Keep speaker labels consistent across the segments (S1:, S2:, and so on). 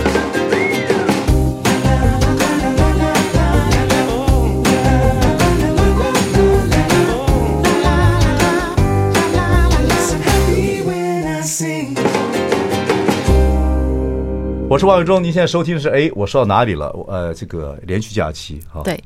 S1: 我是王伟忠，您现在收听的是哎，我说到哪里了？我呃，这个连续假期哈，
S2: 对，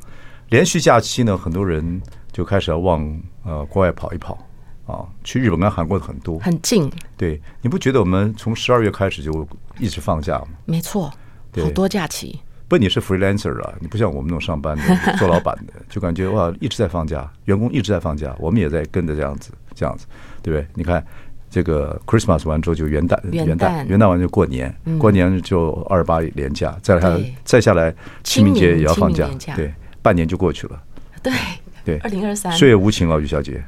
S1: 连续假期呢，很多人就开始要往呃国外跑一跑啊，去日本跟韩国的很多。
S2: 很近，
S1: 对，你不觉得我们从十二月开始就一直放假吗？
S2: 没错，
S1: 对
S2: 好多假期。
S1: 不，你是 freelancer 啊，你不像我们那种上班的、做老板的，就感觉哇一直在放假，员工一直在放假，我们也在跟着这样子，这样子，对不对？你看这个 Christmas 完之后就元旦，
S2: 元
S1: 旦，
S2: 旦嗯
S1: 元旦完就过年，过年就二八连假，再来
S2: 对
S1: 再下来清明节
S2: 清明
S1: 也要放
S2: 清
S1: 假
S2: 明连，假
S1: 对，半年就过去了，
S2: 对
S1: 对
S2: 二零二三，
S1: 岁月无情啊，于小 姐。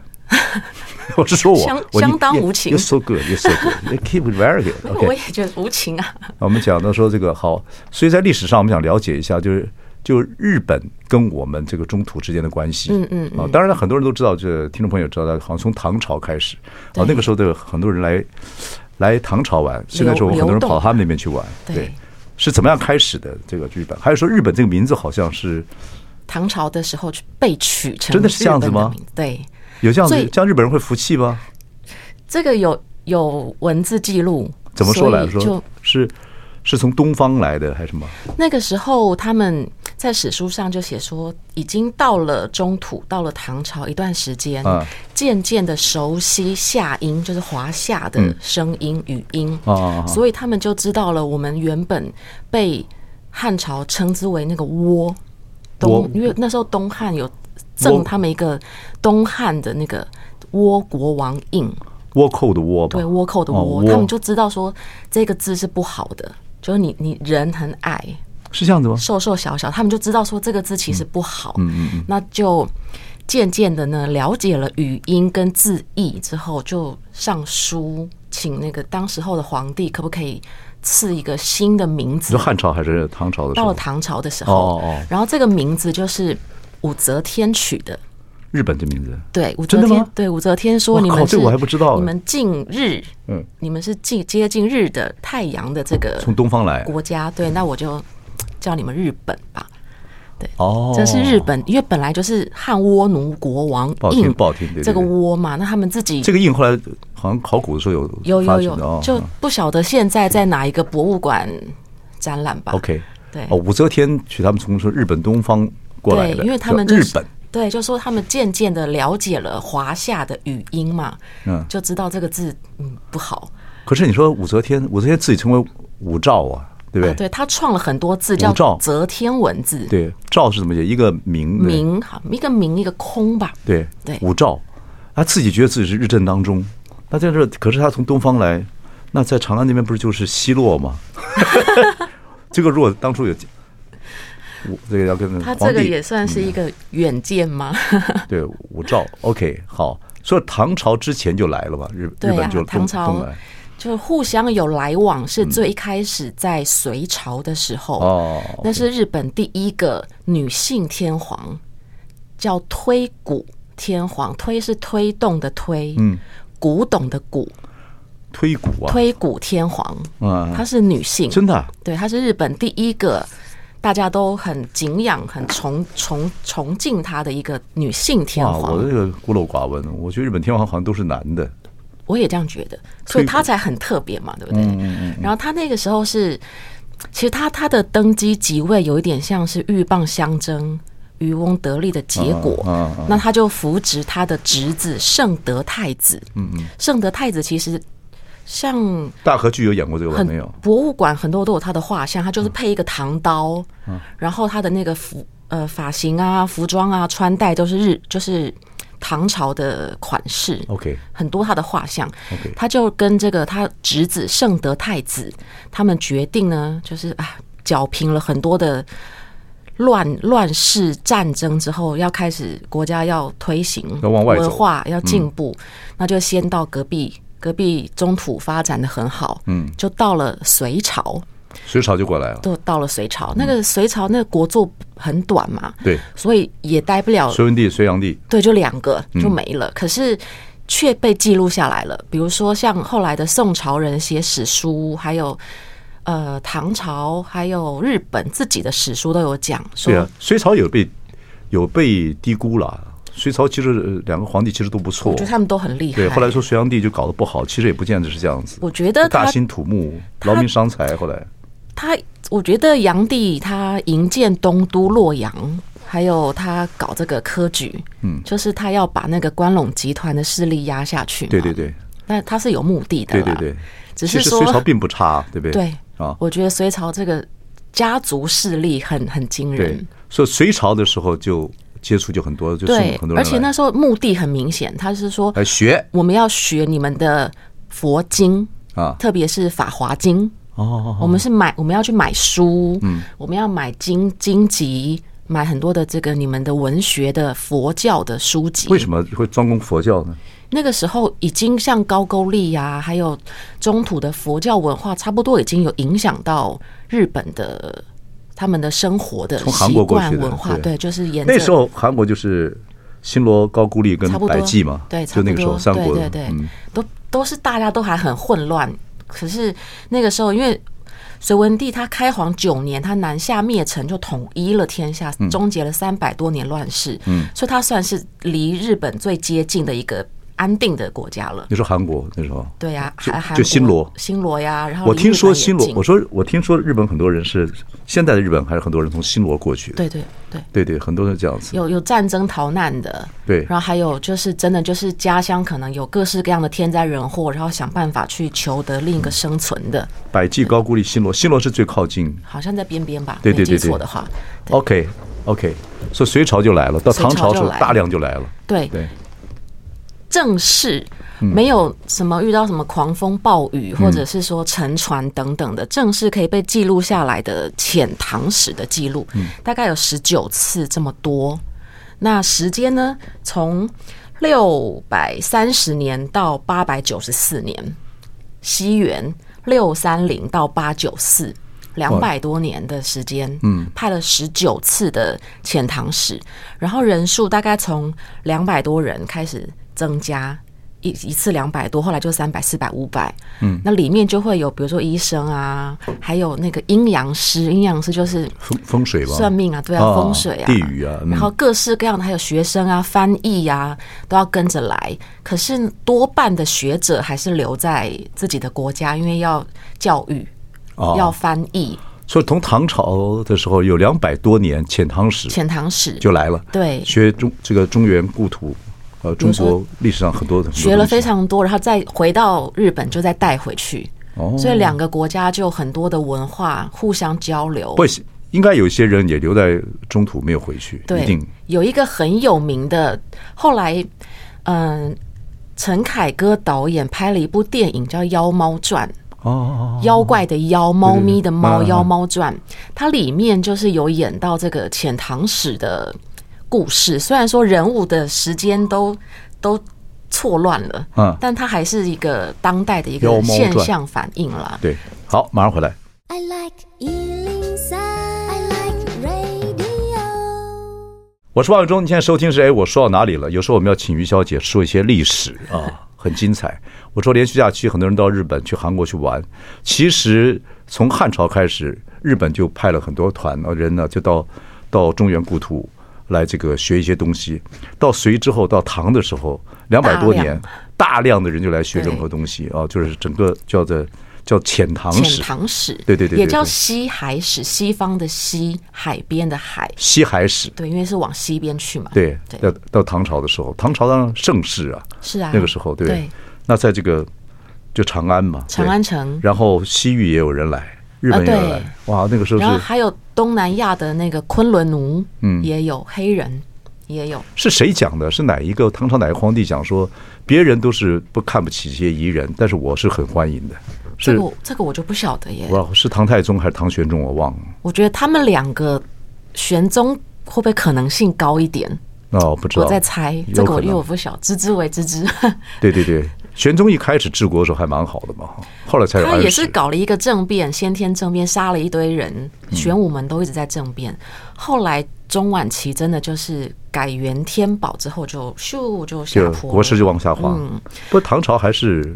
S1: 我是说我，
S2: 相
S1: 我
S2: 相当无情
S1: You're so good, you're so good, you keep it very good. OK，
S2: 我也觉得无情啊。
S1: 我们讲到说这个好，所以在历史上我们想了解一下，就是就日本跟我们这个中土之间的关系。
S2: 嗯嗯
S1: 啊，当然了，很多人都知道，这听众朋友知道，好像从唐朝开始啊
S2: 对，
S1: 那个时候的很多人来来唐朝玩，现在说很多人
S2: 流动
S1: 跑他们那边去玩。
S2: 对
S1: 对，是怎么样开始的这个日本？还有说日本这个名字好像是
S2: 唐朝的时候去被取成
S1: 真的是这样子吗
S2: 日本的名字？对，
S1: 有这样
S2: 所
S1: 子
S2: 以，
S1: 这样日本人会服气吗？
S2: 这个有有文字记录，
S1: 怎么说来
S2: 所以就
S1: 说？是是从东方来的还是什么？
S2: 那个时候他们在史书上就写说，已经到了中土，到了唐朝一段时间
S1: 啊，
S2: 渐渐的熟悉夏音，就是华夏的声音、语音
S1: 啊啊啊
S2: 所以他们就知道了我们原本被汉朝称之为那个倭
S1: 倭
S2: 东，因为那时候东汉有赠
S1: 倭
S2: 他们一个东汉的那个倭国王印，
S1: 倭寇的倭吧？
S2: 对倭寇的
S1: 哦
S2: 倭，他们就知道说这个字是不好的，就是你你人很矮。
S1: 是这样子吗？
S2: 瘦瘦小小，他们就知道说这个字其实不好，
S1: 嗯
S2: 那就渐渐的呢了解了语音跟字义之后，就上书请那个当时候的皇帝可不可以赐一个新的名
S1: 你说
S2: 字？
S1: 汉朝还是唐朝的时
S2: 到
S1: 候
S2: 了？唐朝的时
S1: 哦
S2: 候，
S1: 哦哦
S2: 然后这个名字就是武则天取的。
S1: 日本这名字。
S2: 对，武
S1: 真
S2: 则
S1: 的
S2: 天
S1: 吗，
S2: 对武则天说
S1: 哇
S2: 你
S1: 靠
S2: 们
S1: 这
S2: 是，
S1: 个我还不知道哎
S2: 你们近日，
S1: 嗯
S2: 嗯，你们是近接近日的太阳的这个
S1: 从东方来
S2: 国家，对，那我就叫你们日本吧。
S1: 哦
S2: 这是日本，因为本来就是汉倭奴国王
S1: 不好听
S2: 印
S1: 不好听对对
S2: 这个
S1: 对
S2: 倭嘛，那他们自己
S1: 这个印后来好像考古的时候有
S2: 有
S1: 发
S2: 有
S1: 现的
S2: 有
S1: 哦，。
S2: 就
S1: 嗯
S2: 不晓得现在在哪一个博物馆展览吧。
S1: OK
S2: 对
S1: 哦，武则天取他们从说日本东方过来
S2: 对，
S1: 的，
S2: 因为他们
S1: 叫
S2: 就
S1: 日
S2: 是
S1: 本
S2: 对，就说他们渐渐的了解了华夏的语音嘛，
S1: 嗯
S2: 就知道这个字嗯不好。
S1: 可是你说武则天，武则天自己成为武曌啊，对不
S2: 啊对他创了很多字
S1: 武
S2: 叫
S1: 曌
S2: 则天文字，
S1: 对，曌是怎么写？一个明的
S2: 明哈一个明一个空吧。
S1: 对
S2: 对
S1: 武曌，他自己觉得自己是日正当中，那在这可是他从东方来，那在长安那边不是就是西洛 吗？这个如果当初有。我这个要跟
S2: 他
S1: 皇
S2: 这个
S1: 帝嗯
S2: 也算是一个远见吗？
S1: 对，武曌，OK，好，所以唐朝之前就来了吧？日日
S2: 对呀、
S1: 本就东
S2: 唐
S1: 东
S2: 朝
S1: 来，
S2: 就是互相有来往，是最一开始在隋朝的时候，
S1: 哦
S2: 那是日本第一个女性天皇，叫推古天皇，推是推动的推，嗯，古董的古，
S1: 哦推古啊，
S2: 推古天皇，
S1: 嗯
S2: 她是女性，
S1: 真的啊
S2: 对，她是日本第一个。大家都很敬仰、很崇崇崇敬她的一个女性天
S1: 哇，
S2: 皇
S1: 啊我，这个孤陋寡闻，我觉得日本天皇好像都是男的，
S2: 我也这样觉得，所以
S1: 推
S2: 嗯他才很特别嘛，对不对？然后他那个时候是，其实他他的登基即位有一点像是鹬蚌相争、渔翁得利的结果。
S1: 嗯嗯嗯
S2: 那他就扶植他的侄子圣德太子。嗯嗯，圣德太子其实像
S1: 大和剧有演过这个吧？
S2: 很
S1: 没有？
S2: 博物馆很多都有他的画像，他就是配一个唐刀，然后他的那个服呃发型啊、服装啊、穿戴都是日就是唐朝的款式。
S1: OK
S2: 很多他的画像
S1: OK
S2: 他就跟这个他侄子圣德太子，他们决定呢，就是啊，剿平了很多的乱乱世战争之后，要开始国家要推行
S1: 要往外走
S2: 文化要进步，那就
S1: 嗯
S2: 先到隔壁隔壁中土发展的很好，嗯，就到了隋朝，
S1: 隋朝就过来了，
S2: 都到了隋朝，那个隋朝那个国祚很短嘛，
S1: 嗯对，
S2: 所以也待不了，
S1: 隋文帝、隋炀帝，
S2: 对，就两个
S1: 嗯
S2: 就没了。可是却被记录下来了，比如说像后来的宋朝人写史书，还有呃唐朝，还有日本自己的史书都有讲说，
S1: 对啊，隋朝有被有被低估了。隋朝其实呃两个皇帝其实都不错
S2: 我觉，得他们都很厉害。
S1: 对，后来说隋炀帝就搞得不好，其实也不见得是这样子。
S2: 我觉得他
S1: 大兴土木，劳民伤财，后来
S2: 他，我觉得炀帝他营建东都洛阳，还有他搞这个科举，嗯，就是他要把那个关陇集团的势力压下去。
S1: 对对，对
S2: 那他是有目的的
S1: 对
S2: 啦。
S1: 对对，
S2: 只
S1: 其
S2: 是
S1: 实
S2: 说
S1: 隋朝并不差，对不对？
S2: 对
S1: 啊，
S2: 我觉得隋朝这个家族势力很很惊
S1: 对
S2: 人。，
S1: 所以隋朝的时候就接触就很多，就送
S2: 嗯对
S1: 很多人来，哎
S2: 而且那时候目的很明显，他是说
S1: 来学
S2: 我们要学你们的佛经，
S1: 啊，
S2: 特别是《法华经》。
S1: 哦，
S2: 我们是买，我们要去买书，嗯，我们要买经经籍，买很多的这个你们的文学的佛教的书籍。
S1: 为
S2: 么？
S1: 什么会专攻佛教呢？
S2: 那个时候已经像高句丽呀，还有中土的佛教文化，差不多已经有影响到日本的他们的生活的
S1: 从韩国过
S2: 习惯
S1: 去的
S2: 文化，
S1: 对
S2: 对，就是沿着
S1: 那时候韩国就是新罗、高句丽跟
S2: 嗯差不多
S1: 百济嘛，
S2: 对，差
S1: 就
S2: 不
S1: 那个时候
S2: 多，
S1: 三国
S2: 对对
S1: 的，
S2: 对，
S1: 嗯，
S2: 都都是大家都还很混乱。可是那个时候，因为隋文帝他开皇九年，他南下灭陈，就统一了天下，
S1: 嗯
S2: 终结了三百多年乱世，嗯，所以他算是离日本最接近的一个安定的国家了。
S1: 你说韩国那时候，
S2: 对呀、
S1: 就
S2: 还还
S1: 就新罗
S2: 新罗呀，然后
S1: 我
S2: 哦离
S1: 听
S2: 日
S1: 说
S2: 本也
S1: 新罗，
S2: 近
S1: 我说我听说日本很多人是现在的日本还是很多人从新罗过去的，
S2: 对对对，
S1: 对对，很多人这样子，
S2: 有有战争逃难的，
S1: 对
S2: 然后还有就是真的就是家乡可能有各式各样的天灾人祸，然后想办法去求得另一个生存的，
S1: 百济、高句丽、新罗，新罗是最靠近。
S2: 好像在边边吧，
S1: 对对对
S2: 没记错
S1: 对哦
S2: 的话，对
S1: OK OK，所以隋朝就来了，到唐朝的时候
S2: 隋朝就来了
S1: 大量就来了，
S2: 对
S1: 对，
S2: 正式没有什么遇到什么狂风暴雨，或者是说沉船等等的，正式可以被记录下来的遣唐使的记录，大概有十九次这么多。那时间呢，从六百三十年到八百九十四年，西元六三零到八九四，两百多年的时间，嗯，派了十九次的遣唐使，然后人数大概从两百多人开始增加。一一次两百多，后来就三百、四百、五百，嗯，那里面就会有，比如说医生啊，还有那个阴阳师，阴阳师就是
S1: 风风水吧，
S2: 算命啊，对啊，
S1: 哦
S2: 风水啊，
S1: 地域啊嗯
S2: 然后各式各样的，还有学生啊、翻译啊，都要跟着来。可是多半的学者还是留在自己的国家，因为要教育，
S1: 哦
S2: 要翻译
S1: 所以从唐朝的时候有两百多年遣唐使
S2: 遣唐使，
S1: 就来了，
S2: 对
S1: 学中这个中原故土，呃，中国历史上很多的
S2: 学了非常多，然后再回到日本就再带回去。
S1: 哦
S2: 所以两个国家就很多的文化互相交流。
S1: 不应该有些人也留在中途没有回去，一
S2: 对
S1: 定，
S2: 有一个很有名的，后来，嗯、陈凯歌导演拍了一部电影叫《妖猫传》。
S1: 哦哦
S2: 妖怪的妖，猫咪的
S1: 嗯
S2: 猫，
S1: 嗯
S2: 《妖猫传》它里面就是有演到这个遣唐使的故事。虽然说人物的时间都都错乱了，
S1: 嗯
S2: 但它还是一个当代的一
S1: 妖
S2: 个
S1: 猫
S2: 现
S1: 传
S2: 象反应啦
S1: 哦，。对，好，马上回来。
S3: I like Ealing Sound. I like radio.
S1: 我是王伟忠，你现在收听是哎，我说到哪里了？有时候我们要请于小姐说一些历史 啊，很精彩。我说连续假期很多人到日本、去韩国去玩，其实从汉朝开始，日本就派了很多团啊人呢，就到到中原故土来这个学一些东西。到隋之后，到唐的时候，两百多年，大量的人就来学任何东西啊，就是整个叫做叫遣唐
S2: 遣
S1: 使，
S2: 唐使，
S1: 对对对对
S2: 也叫
S1: 对
S2: 西海使，西方的西，海边的海，
S1: 西海使。
S2: 对，因为是往西边去嘛。
S1: 对，到
S2: 对，
S1: 到唐朝的时候，唐朝当然盛世啊，
S2: 是啊，
S1: 那个时候对。
S2: 对，
S1: 那在这个就长安嘛，对
S2: 长安城
S1: 然后西域也有人来，日本也有人来，
S2: 啊
S1: 哇，那个时候
S2: 然后
S1: 是
S2: 还有东南亚的那个昆仑奴，嗯，也有黑人，也有。
S1: 是谁讲的？是哪一个唐朝哪个皇帝讲说，别人都是不看不起这些夷人，但是我是很欢迎的，
S2: 这
S1: 是
S2: 个。我这个我就不晓得耶。
S1: 哇，是唐太宗还是唐玄宗？我忘了
S2: 我觉得他们两个玄宗会不会可能性高一点？
S1: 哦，不知道。
S2: 我在猜，
S1: 有
S2: 这个
S1: 可
S2: 我因为
S1: 能
S2: 我不晓，知之为知之。
S1: 对对对，玄宗一开始治国的时候还蛮好的嘛，后来才有
S2: 他也
S1: 安
S2: 是
S1: 史。
S2: 搞了一个政变，先天政变杀了一堆人，
S1: 嗯
S2: 玄武门都一直在政变。后来中晚期真的就是改元天宝之后就咻就下
S1: 就
S2: 坡了，
S1: 国势就往下滑，
S2: 嗯
S1: 不过唐朝还是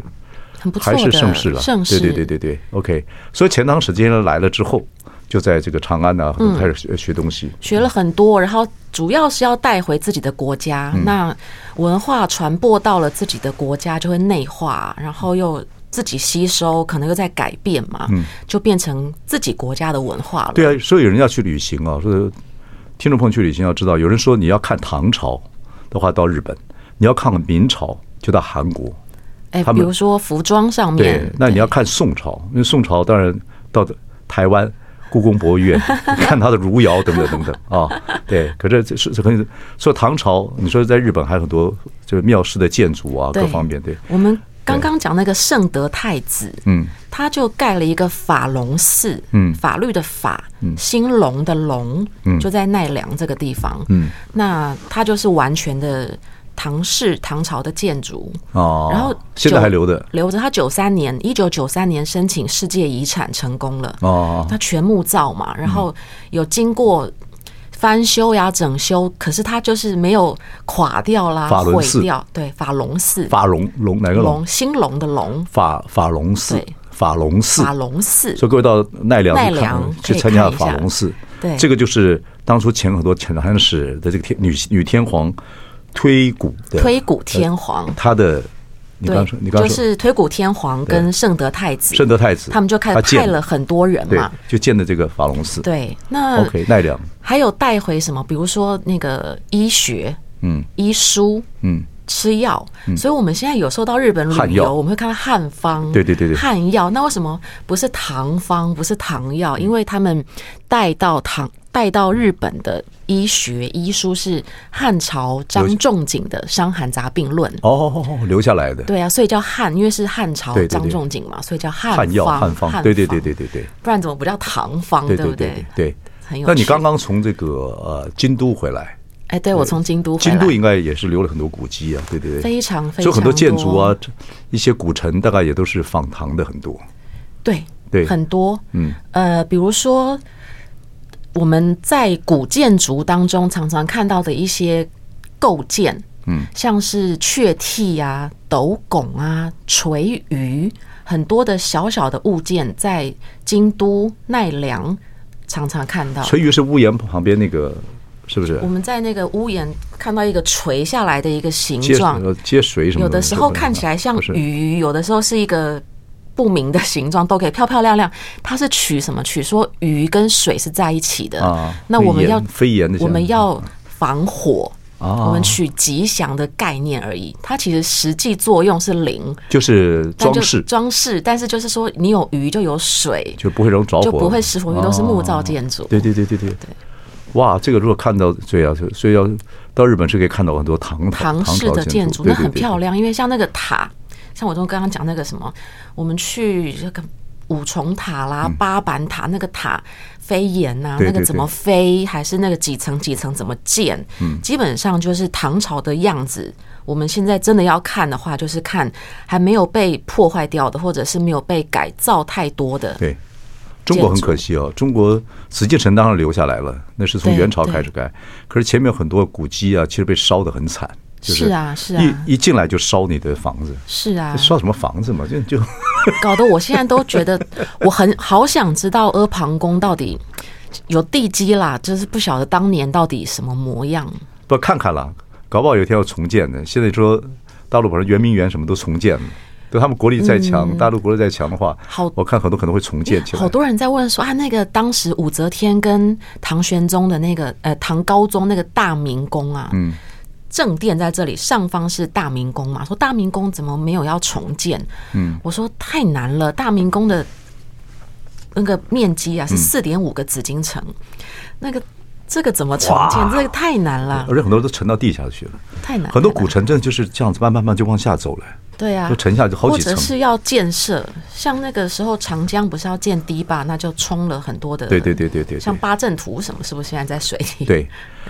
S2: 很不
S1: 还
S2: 错的
S1: 是盛世了，
S2: 盛世
S1: 对对对对对，OK。所以钱塘时间来了之后，就在这个长安呢、
S2: 嗯
S1: 就开始学学东西。
S2: 学了很多，然后主要是要带回自己的国家。
S1: 嗯
S2: 那文化传播到了自己的国家，就会内化，然后又自己吸收，可能又在改变嘛，就变成自己国家的文化了。
S1: 嗯对啊，所以有人要去旅行啊，说听众朋友去旅行要知道，有人说你要看唐朝的话到日本，你要看明朝就到韩国，
S2: 哎，
S1: 他
S2: 比
S1: 们
S2: 如说服装上面，
S1: 那你要看宋朝，因为宋朝当然到台湾故宫博物 院看它的汝窑等等等等啊，对。可是这是这很说唐朝，你说在日本还有很多就是庙式的建筑啊，
S2: 对
S1: 各方面对，
S2: 我们刚刚讲那个圣德太子，
S1: 嗯，
S2: 他就盖了一个法隆寺，
S1: 嗯
S2: 法律的法，兴隆的隆，
S1: 嗯
S2: 就在奈良这个地方，
S1: 嗯，
S2: 那它就是完全的唐式唐朝的建筑。
S1: 哦。
S2: 然后
S1: 现在
S2: 九
S1: 还留着
S2: 留着他九三年，一九九三年申请世界遗产成功了。
S1: 哦嗯
S2: 它全木造嘛，然后有经过翻修呀、整修，可是它就是没有垮掉啦、
S1: 法轮
S2: 毁
S1: 寺
S2: 掉。对，法隆寺，
S1: 法隆隆哪个隆？
S2: 隆兴隆的隆，
S1: 法法隆寺
S2: 对，
S1: 法隆寺，
S2: 法隆寺。
S1: 所以各位到奈良
S2: 奈
S1: 去看
S2: 良
S1: 去
S2: 可以
S1: 参加
S2: 看一
S1: 法
S2: 下
S1: 隆寺，
S2: 对
S1: 这个就是当初前很多前安史的这个天女女天皇推古的
S2: 推古天皇，
S1: 他的，呃你刚
S2: 对
S1: 说，你，刚
S2: 就
S1: 说
S2: 是推古天皇跟圣德太子，
S1: 圣德太子，
S2: 他们就开始
S1: 他建
S2: 派了很多人
S1: 对
S2: 嘛。，
S1: 就建的这个法隆寺。
S2: 对，嗯那
S1: ，OK，奈良，
S2: 还有带回什么？比如说那个医学、
S1: 嗯
S2: 医书，
S1: 嗯，
S2: 吃药，所以我们现在有时候到日本
S1: 汉
S2: 旅
S1: 药
S2: 游，我们会看到汉方，
S1: 对对对对
S2: 汉药。那为什么不是唐方，不是唐
S1: 嗯
S2: 药？因为他们带到唐带到日本的医学医书是汉朝张仲景的《伤寒杂病论》。
S1: 哦哦哦，留下来的
S2: 对啊，所以叫汉，因为是汉朝
S1: 对对对
S2: 张仲景嘛，所以叫汉
S1: 汉药、
S2: 方。哦
S1: 汉方，对对对对对对
S2: 不然怎么不叫唐方？
S1: 对
S2: 不
S1: 对对对。
S2: 很有趣。
S1: 那你刚刚从这个呃京都回来，
S2: 哎，对我从京都回
S1: 京
S2: 来，
S1: 都应该也是留了很多古迹啊，对对对，
S2: 非常非常
S1: 所以很多建筑啊，这一些古城大概也都是仿唐的很多。
S2: 对
S1: 对
S2: 很多
S1: 嗯
S2: 呃，比如说我们在古建筑当中常常看到的一些构件，
S1: 嗯，
S2: 像是雀替啊、斗拱啊、垂鱼，很多的小小的物件在京都奈良常常看到。
S1: 垂鱼是屋檐旁边那个，是不是
S2: 我？们在那个屋檐看到一个垂下来的一个形
S1: 接
S2: 状，
S1: 呃接水什么
S2: 有的时候看起来像
S1: 不是
S2: 鱼，有的时候是一个不明的 形状，都可以漂漂亮亮。它是取什么取？说鱼跟水是在一起的。
S1: 啊
S2: 那我们要
S1: 飞檐的这样
S2: 我们要防火。
S1: 啊
S2: 我们取吉祥的概念而已，它其实实际作用是零，
S1: 就是
S2: 但就
S1: 装饰，
S2: 装饰，但是就是说你有鱼就有水，
S1: 就不会容易着火，
S2: 就不会失火，因为都
S1: 啊
S2: 是木造建筑。
S1: 对对对对对对。哇，这个如果看到对啊，所以要到日本是可以看到很多唐
S2: 唐
S1: 唐
S2: 式
S1: 朝
S2: 的建筑，
S1: 筑，
S2: 那
S1: 对
S2: 很漂。
S1: 对对
S2: 亮。因为像那个塔，像我中刚刚讲那个什么，我们去这个五重塔啦、八坂塔那个塔飞檐呐、
S1: 嗯对
S2: 那个
S1: 对
S2: 怎
S1: 对嗯
S2: 么飞，还是那个几层几层怎么建，基本上就是唐朝的样子。我们现在真的要看的话，就是看还没有被破坏掉的，或者是没有被改造太多的。
S1: 对，中国很
S2: 建筑
S1: 可惜哦，中国紫禁城当然留下来了，那是从
S2: 对
S1: 元朝
S2: 对
S1: 开始盖，可是前面很多古迹啊，其实被烧得很惨，就是
S2: 是啊是啊
S1: 一一进来就烧你的房子，
S2: 是啊，
S1: 烧什么房子嘛，就就。
S2: 搞得我现在都觉得我很好想知道阿房宫到底有地基啦，就是不晓得当年到底什么模样。
S1: 不看看了，搞不好有一天要重建呢。现在说大陆，本来圆明园什么都重建了，对他们国力再强，大陆国力再强的话，
S2: 嗯好
S1: 我看很多可能会重建起来。
S2: 好多人在问说啊，那个当时武则天跟唐玄宗的那个呃唐高宗那个大明宫啊，嗯，正殿在这里，上方是大明宫嘛，说大明宫怎么没有要重建？嗯，我说太难了，大明宫的那个面积啊是四点五个紫禁城，那个这个怎么重建？这个太难了，
S1: 而且很多都沉到地下去了，
S2: 太难了，
S1: 很多古城真的就是这样子，慢慢慢就往下走了。
S2: 对啊，
S1: 就沉下来就好
S2: 或
S1: 几层
S2: 者是要建设，像那个时候长江不是要建堤坝，那就冲了很多的，
S1: 对对对对对对
S2: 像八阵图什么，是不是现在在水里？，
S1: 对，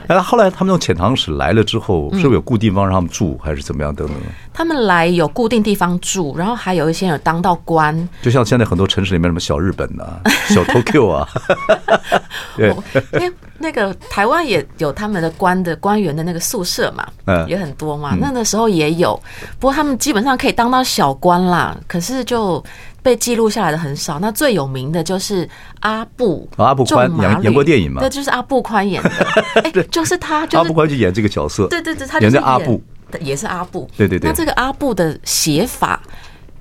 S1: 哎，后来他们从遣唐使来了之后，是不是有固定地方让他们住，还是怎么样等等的？
S2: 他们来有固定地方住，然后还有一些人有当到官，
S1: 就像现在很多城市里面什么小日本啊、小 Tokyo 啊，对
S2: 我哦因为那个台湾也有他们的官的官员的那个宿舍嘛，
S1: 嗯
S2: 也很多嘛。那那时候也有，不过他们基本上可以当到小官啦，可是就被记录下来的很少。那最有名的就是阿布，
S1: 啊阿布宽
S2: 仲麻
S1: 演
S2: 吕
S1: 演过电影嘛
S2: 对，就是阿布宽 演的，哎、就是他，就
S1: 阿
S2: 是
S1: 布宽就演这个角色，
S2: 对对对，他就
S1: 演
S2: 是
S1: 的阿布，
S2: 也是阿布。
S1: 对对对
S2: 那这个阿布的写法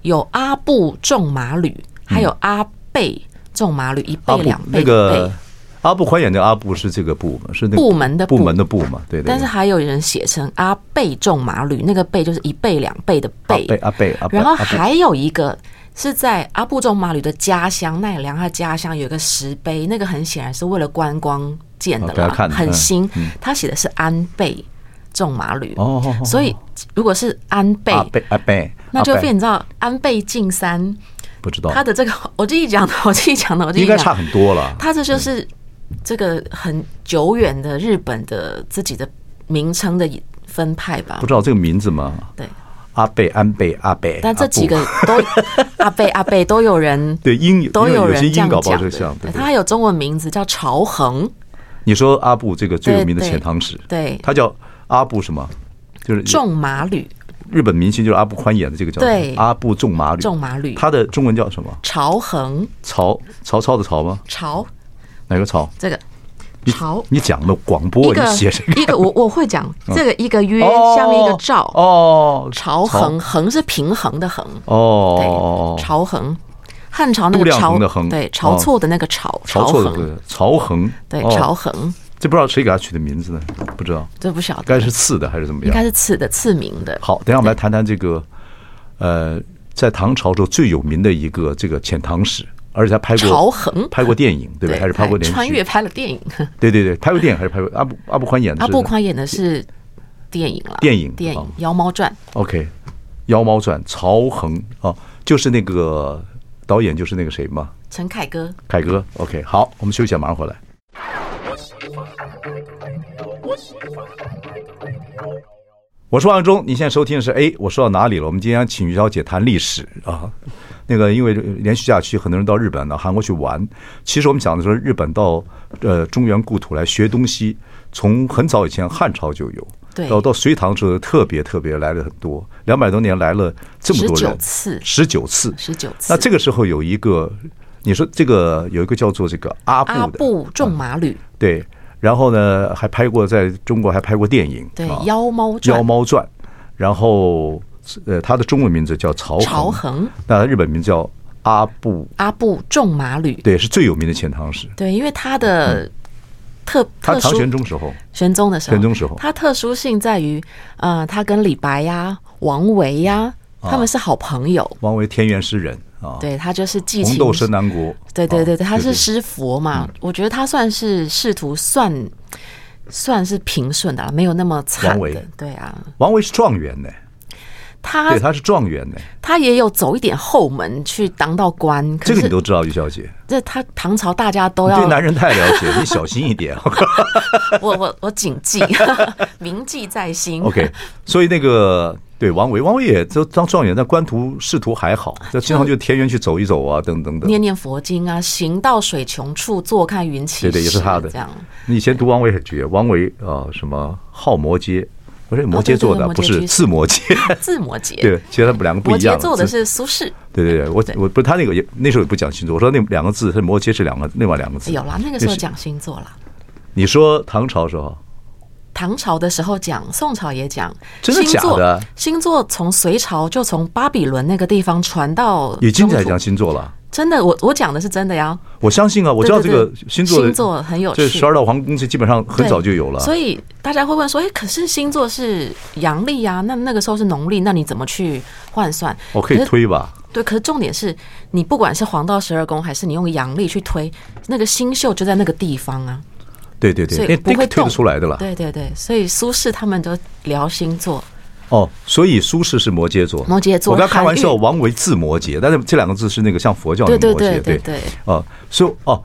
S2: 有阿布仲麻吕，还有阿贝仲麻吕，一
S1: 阿
S2: 倍
S1: 布
S2: 两倍
S1: 那
S2: 一
S1: 个
S2: 倍
S1: 阿布宽演的阿布是这个布嘛，是那个
S2: 部门的
S1: 部
S2: 部
S1: 门的部嘛，对对对。
S2: 但是还有人写成阿倍仲麻吕，那个倍就是一倍两倍的
S1: 阿
S2: 倍
S1: 贝。阿贝阿贝，
S2: 然后
S1: 阿贝
S2: 还有一个是在阿布仲麻吕的家乡奈良，他家乡有一个石碑，那个很显然是为了观光建的
S1: 哦给他
S2: 啦，
S1: 看的
S2: 很
S1: 嗯
S2: 新。他写的是安倍仲麻吕，
S1: 哦哦哦
S2: 所以如果是安倍，
S1: 阿贝阿贝，
S2: 那就
S1: 阿贝
S2: 变你知道安倍晋三
S1: 不知道，
S2: 他的这个，我自己讲的，我自己讲的，我自己
S1: 哦应
S2: 讲
S1: 该差很多了。
S2: 他这就是这个很久远的日本的自己的名称的分派吧
S1: 不？知道这个名字吗？
S2: 对，
S1: 阿贝安贝阿贝，
S2: 但这
S1: 阿布
S2: 几个都阿贝阿贝都 有人
S1: 对音
S2: 都
S1: 有
S2: 人
S1: 些
S2: 这
S1: 音
S2: 样
S1: 搞不好
S2: 讲
S1: 就
S2: 的
S1: 像，对，对
S2: 他还有中文名字叫朝恒，
S1: 你说阿布这个最有名的
S2: 对
S1: 遣
S2: 对
S1: 唐使，
S2: 对
S1: 他叫阿布什么？就是
S2: 仲麻吕，
S1: 日本明星，就是阿布宽演的这个叫
S2: 对
S1: 阿布仲麻吕。
S2: 仲麻吕
S1: 他的中文叫什么？
S2: 朝恒
S1: 曹曹操的曹吗？
S2: 朝
S1: 哪个曹？
S2: 这个
S1: 你
S2: 朝
S1: 你讲的广播，
S2: 一
S1: 你
S2: 个
S1: 写这个嗯
S2: 一个我我会讲这个一个 约
S1: 哦
S2: 下面一个兆
S1: 哦，
S2: 朝恒恒是平衡的恒
S1: 哦，
S2: 对朝恒。汉朝那
S1: 度
S2: 个
S1: 量衡
S2: 朝
S1: 的衡
S2: 对晁错的那个晁
S1: 曹
S2: 晁
S1: 错的
S2: 衡
S1: 这个曹恒，
S2: 对，
S1: 哦
S2: 朝衡，
S1: 这不知道谁给他取的名字呢？不知道，
S2: 这不晓
S1: 该
S2: 得，
S1: 是赐的还是怎么
S2: 应该
S1: 样？
S2: 是赐的赐名的。
S1: 好，等一下我们来谈谈这个，呃，在唐朝时候最有名的一个这个遣唐使，而且他拍
S2: 朝
S1: 过
S2: 衡
S1: 拍过电影，对不对？还是拍过连
S2: 哎穿
S1: 续
S2: 越？拍了电影，
S1: 对对对，拍过电影还是拍过啊阿布阿布宽演的
S2: 阿
S1: 是？
S2: 布宽演的是电影了，
S1: 电影
S2: 电影
S1: 哦
S2: 《妖猫传
S1: OK，《妖猫传》曹恒哦，就是那个导演就是那个谁嘛，》，
S2: 陈凯歌。
S1: 凯哥。OK，好，我们休息一下，马上回来。我是王永忠，你现在收听的是哎，我说到哪里了？我们今天请于小姐谈历史啊。那个，因为连续假期，很多人到日本呢、韩国去玩。其实我们讲的说，日本到呃中原故土来学东西，从很早以前汉朝就有，
S2: 对
S1: 到到隋唐之后特别特别来了很多，两百多年来了这么多人，
S2: 19次
S1: 十九次，
S2: 19次
S1: 那这个时候有一个，你说这个有一个叫做这个阿布的，哦
S2: 阿布仲麻吕，
S1: 对，然后呢，还拍过在中国还拍过电影，
S2: 对
S1: 啊
S2: 《妖猫
S1: 《
S2: 传
S1: 妖》猫传》，然后呃，他的中文名字叫曹恒，
S2: 朝衡
S1: 那日本名叫阿布，
S2: 阿布仲麻吕，
S1: 对，是最有名的遣唐使。
S2: 对，因为他的特
S1: 他
S2: 特
S1: 嗯唐
S2: 殊
S1: 玄宗时候，
S2: 玄宗的时候，
S1: 玄宗时候
S2: 他特殊性在于，呃，他跟李白呀、王维呀，他们是好朋友。
S1: 王维田园诗人啊，，
S2: 对他就是寄
S1: 红
S2: 情
S1: 豆生南国，
S2: 对对对对，
S1: 啊嗯
S2: 他是师佛嘛，我觉得他算是仕途算算是平顺的啦，没有那么惨
S1: 王维
S2: 的。对啊，
S1: 王维是状元呢，
S2: 他
S1: 对，他是状元呢，
S2: 他也有走一点后门去当到官，可
S1: 这个你
S2: 是
S1: 都知道，于小姐，
S2: 这他唐朝大家都
S1: 你对
S2: 要，
S1: 男人太了 解，你小心一点。
S2: 我我我谨记， 铭记在 心。
S1: OK，所以那个对王维，王维也都当状元，但官途仕途还好，
S2: 啊
S1: 就经常就田园去走一走啊，等等等。
S2: 念念佛经啊，行到水穷处，坐看云起时。
S1: 对对，也是他的。
S2: 这样。
S1: 你以前读王维很绝，王维啊、什么好摩羯，不是摩羯座的，
S2: 哦对对对
S1: 不是
S2: 摩羯
S1: 自摩 羯。
S2: 字摩羯，
S1: 对，其实他们两个不
S2: 摩
S1: 一样
S2: 羯
S1: 了。
S2: 座的
S1: 自
S2: 是苏轼。
S1: 对对对，我
S2: 对
S1: 我不是他那个也那时候也不讲星座，我说那两个字是摩羯是两个另外两个字。
S2: 哎有啦，那个时候
S1: 是
S2: 讲星座啦。
S1: 你说唐朝时候，
S2: 唐朝的时候讲，宋朝也讲，
S1: 真的
S2: 星座
S1: 假的
S2: 星座从隋朝就从巴比伦那个地方传到
S1: 已经在
S2: 中
S1: 讲
S2: 土
S1: 星座了。
S2: 真的，我我讲的是真的呀。
S1: 我相信啊，我知道这
S2: 对
S1: 个
S2: 对对
S1: 星座的
S2: 星座很有
S1: 这
S2: 趣
S1: 十二道皇宫这基本上很
S2: 对
S1: 早就有了。
S2: 所以大家会问说，哎，可是星座是阳历呀，那那个时候是农历，那你怎么去换算？
S1: 我哦可以
S2: 是
S1: 推吧？
S2: 对，可是重点是你不管是黄道十二宫，还是你用阳历去推，那个星宿就在那个地方啊，
S1: 对对对
S2: 所，以
S1: 那
S2: 不
S1: 那个
S2: 会
S1: 推得
S2: 动
S1: 出来的了。
S2: 对对对，所以苏轼他们都聊星座，
S1: 哦，所以苏轼是摩羯座，
S2: 摩羯座
S1: 我刚开玩笑，
S2: 韩愈
S1: 王维字摩羯，但是这两个字是那个像佛教的摩羯，
S2: 对对对对对
S1: 哦，所以哦，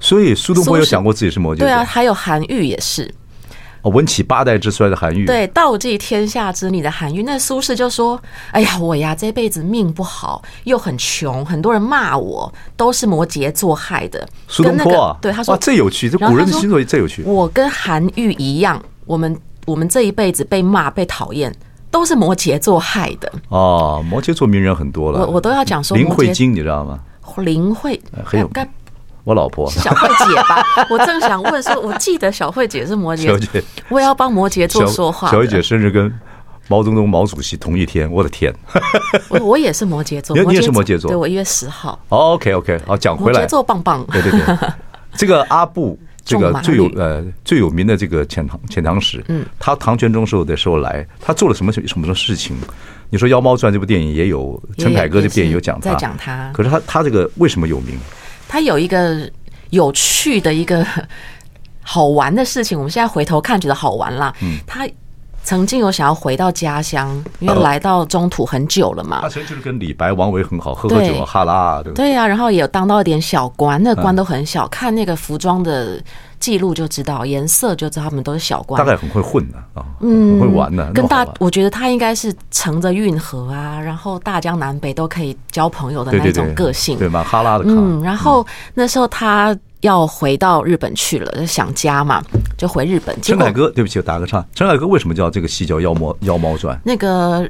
S1: 所以苏东坡有想过自己是摩羯座，
S2: 对啊，还有韩愈也是，
S1: 哦，文起八代之衰的韩愈，，
S2: 对，道济天下之理的韩愈。那苏轼就说：“哎呀，我呀这辈子命不好，又很穷，很多人骂我，都是摩羯座害的。”
S1: 苏东坡啊，
S2: 跟那个对他说
S1: 哇，这有趣，这
S2: 然后
S1: 古人的
S2: 他说
S1: 星座也这有趣，
S2: 我跟韩愈一样，我们我们这一辈子被骂、被讨厌，都是摩羯座害的。
S1: 哦，摩羯座名人很多了，
S2: 我我都要讲说
S1: 林
S2: 摩
S1: 慧
S2: 羯
S1: 晶，你知道吗？
S2: 林慧
S1: 哎很有
S2: 该
S1: 我老婆，
S2: 小慧姐吧？ 我正想问说，我记得小慧姐是摩羯，
S1: 小姐，
S2: 我也要帮摩羯座
S1: 小
S2: 说话的。
S1: 小慧姐生日跟毛泽东、毛主席同一天，我的天
S2: 我我也是摩羯座，
S1: 你也你也是摩羯座
S2: 对我一月十号，
S1: ！OK OK，好，讲
S2: 摩
S1: 回来
S2: 羯，座棒棒。
S1: 对对对，这个阿布。这
S2: 仲嗯
S1: 个
S2: 麻
S1: 最有
S2: 吕
S1: 呃最有名的这个遣唐遣唐使，嗯，他唐玄宗时候的时候来，他做了什么什么事情？你说《妖猫传》这部电影也有，
S2: 也
S1: 陈凯歌
S2: 也
S1: 这部电影
S2: 是
S1: 有讲他，
S2: 在讲他
S1: 可是他他这个为什么有名？
S2: 它有一个有趣的一个好玩的事情，我们现在回头看觉得好玩啦。嗯，他曾经有想要回到家乡，因为
S1: 哦
S2: 来到中土很久了嘛。
S1: 他其实就是跟李白、王维很好，喝喝酒
S2: 对
S1: 啊，哈拉啊，对吧？
S2: 对呀、然后也有当到一点小官，那官都很小，看那个服装的记录就知道，颜色就知道他们都是小官
S1: 大。概很会混的啊，很会玩的，那
S2: 嗯跟
S1: 么好
S2: 大
S1: 玩，
S2: 我觉得他应该是乘着运河啊，然后大江南北都可以交朋友的
S1: 对
S2: 那
S1: 对对
S2: 种个性。
S1: 对蛮哈拉的咖，
S2: 嗯，然后那时候他要回到日本去了，就想家嘛，就回日本。结
S1: 陈
S2: 果
S1: 凯歌，对不起，我打个岔。陈凯歌为什么叫这个戏叫《妖魔妖猫传
S2: 那个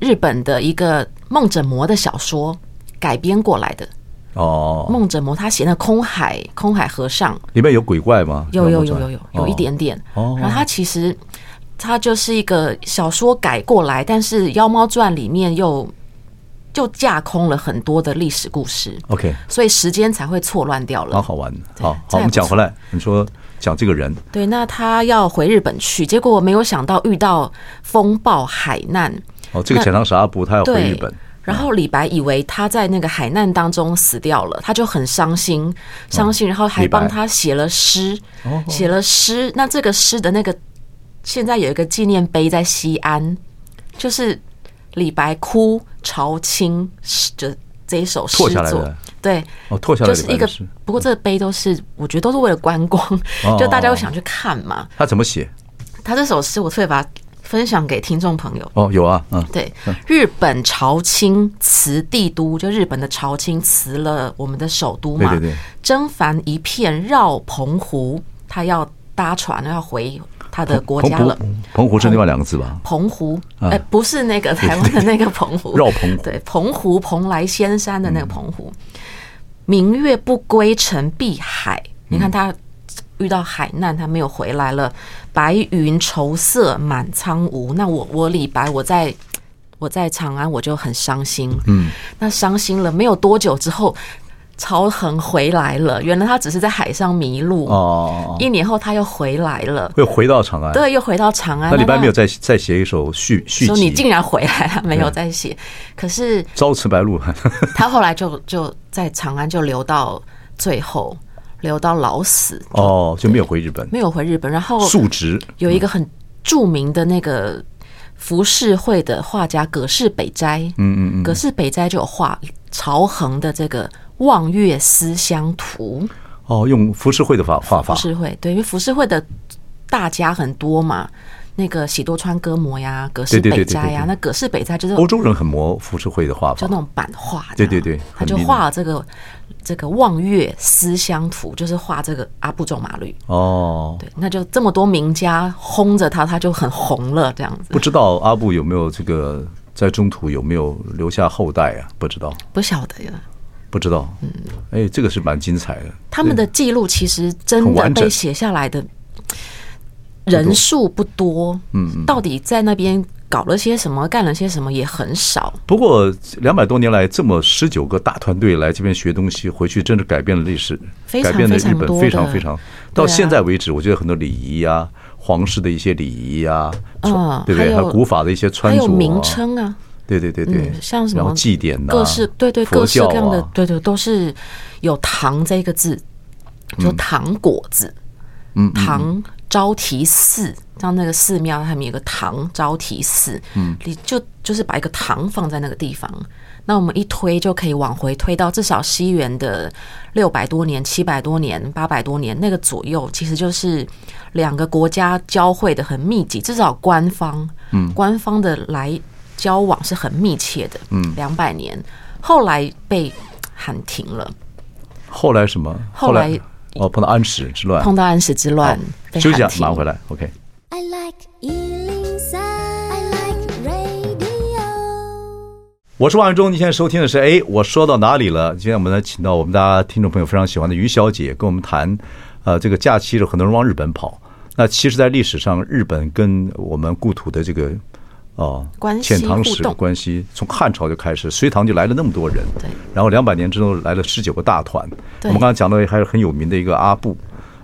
S2: 日本的一个梦枕魔的小说改编过来的，》？
S1: 哦，
S2: 梦枕魔他写那《空海》《空海和尚》，
S1: 里面有鬼怪吗？
S2: 有
S1: 妖
S2: 有有
S1: 猫
S2: 有
S1: 传
S2: 有有一。点点。
S1: 哦
S2: 然后他其实他就是一个小说改过来，但是《妖猫传》里面又就架空了很多的历史故事，
S1: 哦 OK，
S2: 所以时间才会错乱掉了。
S1: 蛮好玩的。
S2: 对
S1: 好
S2: 这
S1: 好，我
S2: 还
S1: 们
S2: 不
S1: 讲
S2: 错
S1: 回来，你说讲这个人，
S2: 对，那他要回日本去，结果没有想到遇到风暴海难，
S1: 哦，这个
S2: 那
S1: 钱塘十二部他要回
S2: 对，
S1: 日本，
S2: 然后李白以为他在那个海难当中死掉了，他就很伤
S1: 嗯
S2: 心，伤心，然后还
S1: 李白
S2: 帮他写了诗，
S1: 哦
S2: 写了诗。那这个诗的那个现在有一个纪念碑在西安，就是李白哭朝清诗的这一首诗
S1: 拓下来
S2: 作
S1: 的，
S2: 对，
S1: 哦，拓下来
S2: 就
S1: 李
S2: 是
S1: 白
S2: 一
S1: 的
S2: 个
S1: 诗，。
S2: 不过这个碑都是我觉得都是为了观光
S1: 哦，
S2: 就大家会想去看嘛。
S1: 他怎么写？
S2: 他这首诗我特别把它分享给听众朋友。
S1: 哦，有啊，嗯，
S2: 对，日本朝清辞帝都，就日本的朝清辞了我们的首都嘛，
S1: 对对对
S2: 征帆一片绕澎湖，他要搭船要回他的国
S1: 澎
S2: 家
S1: 湖
S2: 了。，
S1: 澎湖是另外两个字吧？
S2: 澎湖，
S1: 啊
S2: 哎、不是那个台湾的那个澎湖，
S1: 绕澎湖嗯
S2: 对，澎湖蓬莱仙山的那个澎湖。明月不归程碧海，你看他遇到海难，他没有回来了。白云愁色满苍梧，那我我李白我在。我在长安，我就很伤心。嗯，那伤心了没有多久之后，曹恒回来了。原来他只是在海上迷路。
S1: 哦哦，哦哦
S2: 一年后他又回来了，
S1: 会回到长安。，
S2: 对，又回到长安。
S1: 那李白
S2: 他
S1: 没有再再写一首续续
S2: 说你
S1: 集
S2: 竟
S1: 《
S2: 然回来了，没有再写。可是
S1: 朝辞白露》
S2: 他后来就就在长安就留到最后，留到老死，
S1: 哦，就没有回日本，
S2: 没有回日本。然后
S1: 述职
S2: 有一个很著名的那个浮世绘的画家葛饰北斋，嗯嗯嗯，葛饰北斋就有画朝衡的这个《望月思乡图》
S1: 哦，用浮世绘的法画法
S2: 浮世绘，对，因为浮世绘的大家很多嘛。那个喜多川歌磨呀，葛饰
S1: 对对对
S2: 北
S1: 对
S2: 斋
S1: 对
S2: 呀
S1: 对，哦
S2: 那葛饰北斋就是
S1: 欧洲人很模浮世绘的画
S2: 就
S1: 法
S2: 那，种版画这样，
S1: 对对对
S2: 他就
S1: 很厉害
S2: 画了这个这个望月思乡图，就是画这个阿布仲马吕，
S1: 哦，
S2: 对，那就这么多名家轰着他，他就很红了，这样子
S1: 不。知道阿布有没有这个在中途有没有留下后代啊？不知道，
S2: 不晓得呀，
S1: 不知道。嗯，哎，这个是蛮精彩的。
S2: 他们的记录其实真
S1: 很
S2: 的
S1: 完整
S2: 被写下来的人数不多，嗯，到底在那边搞了些什么，干了些什么也很少。
S1: 不过两百多年来，这么十九个大团队来这边学东西，回去真是改变了历史，
S2: 非常
S1: 改变了日
S2: 非常
S1: 本
S2: 多的
S1: 非
S2: 啊
S1: 常非常。到现在为止，我觉得很多礼仪啊，皇室的一些礼仪啊，
S2: 嗯
S1: 对不对？
S2: 还
S1: 还
S2: 有
S1: 有古法的一些穿
S2: 还
S1: 着、
S2: 有
S1: 啊，
S2: 名称啊，
S1: 对对对对，
S2: 嗯像什么
S1: 然后祭典呐、
S2: 各式对对
S1: 佛
S2: 各式
S1: 教
S2: 各样的
S1: 啊，
S2: 对对都是
S1: 嗯
S2: 有“糖”这个字，就糖果子，糖招提寺，像那个寺庙他们有个堂招提寺，嗯，你就就是把一个堂放在那个地方，那我们一推就可以往回推到至少西元的六百多年、七百多年、八百多年那个左右，其实就是两个国家交汇的很密集，至少官方，嗯，官方的来交往是很密切的，嗯，两百年，后来被喊停了。
S1: 后来什么？
S2: 后来
S1: 哦，碰到安史之乱，
S2: 碰到安史之乱，被
S1: 休息一
S2: 喊
S1: 下，
S2: 停
S1: 马上回来。OK。
S3: I like Ealing Sound. I like radio.
S1: 我是王永忠，您现在收听的是哎，我说到哪里了？今天我们呢，请到我们大家听众朋友非常喜欢的于小姐，跟我们谈，呃，这个假期是很多人往日本跑。那其实，在历史上，日本跟我们故土的这个哦、
S2: 关系
S1: 遣唐
S2: 互
S1: 使
S2: 动
S1: 关系，从汉朝就开始，隋唐就来了那么多人，
S2: 对
S1: 然后两百年之后来了十九个大团。我
S2: 对
S1: 们刚才讲到还有很有名的一个阿布，